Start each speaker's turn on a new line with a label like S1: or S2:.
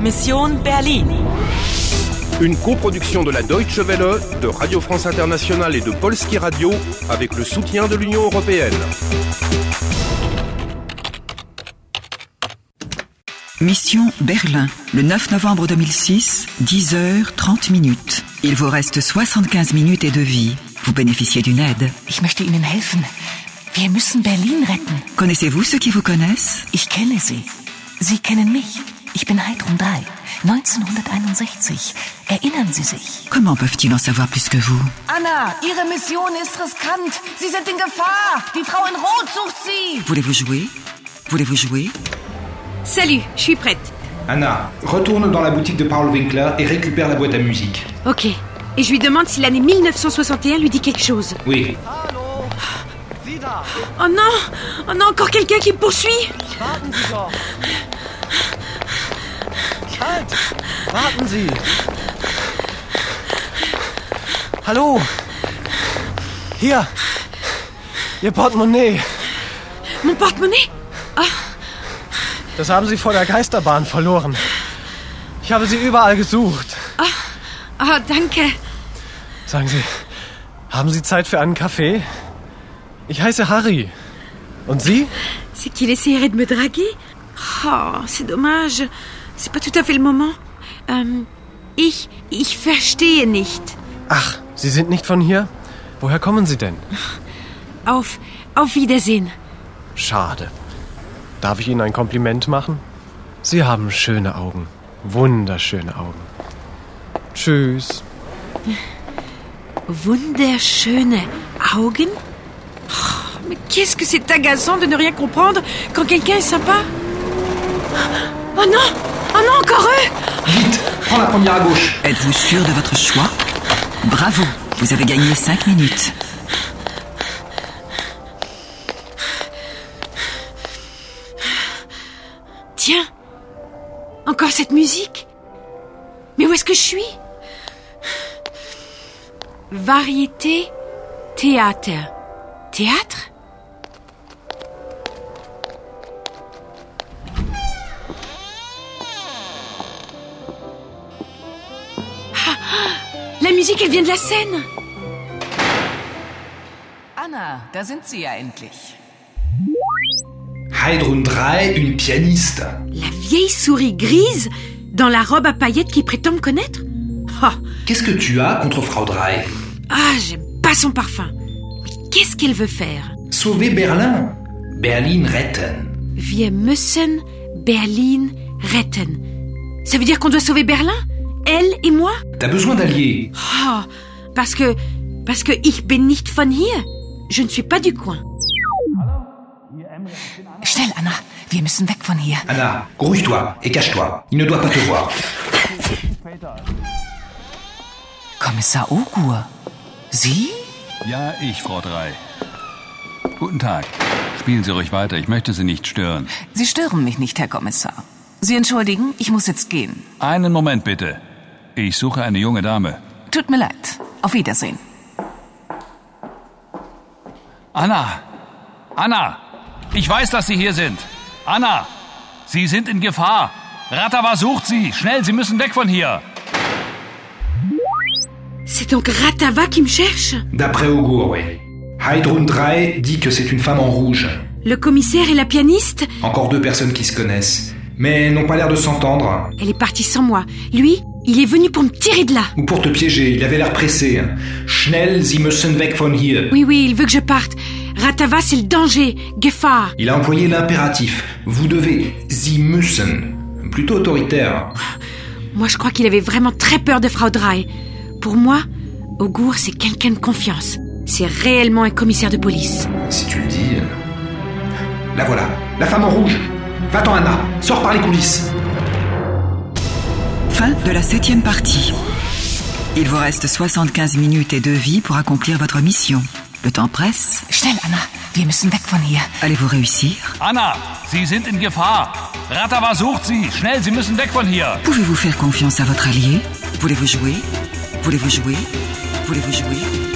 S1: Mission Berlin.
S2: Une coproduction de la Deutsche Welle, de Radio France Internationale et de Polski Radio avec le soutien de l'Union européenne.
S3: Mission Berlin, le 9 novembre 2006, 10h30 minutes. Il vous reste 75 minutes et de vie. Vous bénéficiez d'une aide.
S4: Ich möchte Ihnen helfen. Wir müssen Berlin retten.
S3: Connaissez-vous ceux qui vous connaissent
S4: Ich kenne Sie. Sie kennen mich. Ich bin Heidrun Dahl. 1961. Erinnern Sie sich?
S3: Comment peuvent-ils en savoir plus que vous
S5: Anna, Ihre Mission ist riskant. Sie sind in Gefahr. Die Frau in Rot sucht Sie.
S3: Voulez-vous jouer Voulez-vous jouer
S6: Salut, je suis prête.
S7: Anna, retourne dans la boutique de Paul Winkler et récupère la boîte à musique.
S6: Ok. Et je lui demande si l'année 1961 lui dit quelque chose.
S7: Oui,
S6: Oh non Oh non, encore quelqu'un qui me poursuit
S8: Warten Sie doch! Halt! Warten Sie! Hallo! Hier! Ihr Portemonnaie!
S6: Mon porte-monnaie
S8: Das haben Sie vor der Geisterbahn verloren. Ich habe Sie überall gesucht.
S6: Ah, danke.
S8: Sagen Sie, haben Sie Zeit für einen Kaffee? Ich heiße Harry. Und Sie?
S6: C'est qu'il essayerait de me draguer Oh, c'est dommage. C'est pas tout à fait le moment. Ähm, ich, ich verstehe nicht.
S8: Ach, Sie sind nicht von hier? Woher kommen Sie denn?
S6: Auf, auf Wiedersehen.
S8: Schade. Darf ich Ihnen ein Kompliment machen? Sie haben schöne Augen. Wunderschöne Augen. Tschüss.
S6: Wunderschöne Augen Oh, Mais qu'est-ce que c'est agaçant de ne rien comprendre quand quelqu'un est sympa Oh non Oh non, encore eux
S7: vite, prends la première à gauche.
S3: Êtes-vous sûr de votre choix Bravo, vous avez gagné 5 minutes.
S6: Tiens Encore cette musique Mais où est-ce que je suis Variété théâtre. Théâtre Ah, La musique, elle vient de la scène
S5: Anna, da sind Sie ja endlich.
S7: Heidrun 3, une pianiste.
S6: La vieille souris grise dans la robe à paillettes qui prétend me connaître Ah,
S7: Qu'est-ce que tu as contre Frau Drei
S6: Ah, j'aime pas son parfum. Mais qu'est-ce qu'elle veut faire
S7: Sauver Berlin. Berlin retten.
S6: Wir müssen Berlin retten. Ça veut dire qu'on doit sauver Berlin Elle et moi
S7: T'as besoin d'alliés.
S6: Oh, parce que... Parce que ich bin nicht von hier. Je ne suis pas du coin.
S4: Schnell, Anna. Wir müssen weg von hier.
S7: Anna, grouille-toi et cache-toi. Il ne doit pas te voir.
S4: Kommissar Ogur. Sie?
S9: Ja, ich, Frau Drei. Guten Tag. Spielen Sie ruhig weiter, ich möchte Sie nicht stören.
S4: Sie stören mich nicht, Herr Kommissar. Sie entschuldigen, ich muss jetzt gehen.
S9: Einen Moment bitte. Ich suche eine junge Dame.
S4: Tut mir leid. Auf Wiedersehen.
S9: Anna! Anna! Ich weiß, dass Sie hier sind. Anna! Sie sind in Gefahr. Ratawa sucht Sie. Schnell, Sie müssen weg von hier.
S6: C'est donc Ratava qui me cherche
S7: D'après Augur, oui. Heidrun 3 dit que c'est une femme en rouge.
S6: Le commissaire et la pianiste
S7: Encore deux personnes qui se connaissent, mais n'ont pas l'air de s'entendre.
S6: Elle est partie sans moi. Lui, il est venu pour me tirer de là.
S7: Ou pour te piéger, il avait l'air pressé. Schnell, Sie müssen weg von hier.
S6: Oui, oui, il veut que je parte. Ratava, c'est le danger. Gefahr.
S7: Il a employé l'impératif. Vous devez. Sie müssen. Plutôt autoritaire.
S6: Moi, je crois qu'il avait vraiment très peur de Frau Drey. Pour moi, Augur, c'est quelqu'un de confiance. C'est réellement un commissaire de police.
S7: Si tu le dis. euh, La voilà. La femme en rouge. Va-t'en, Anna. Sors par les coulisses.
S3: Fin de la septième partie. Il vous reste 75 minutes et de vie pour accomplir votre mission. Le temps presse.
S4: Schnell, Anna. Wir müssen weg von hier.
S3: Allez-vous réussir
S9: Anna! Sie sind in Gefahr. Ratawa sucht Sie. Schnell, Sie müssen weg von hier.
S3: Pouvez-vous faire confiance à votre allié Voulez-vous jouer Voulez-vous jouer Voulez-vous jouer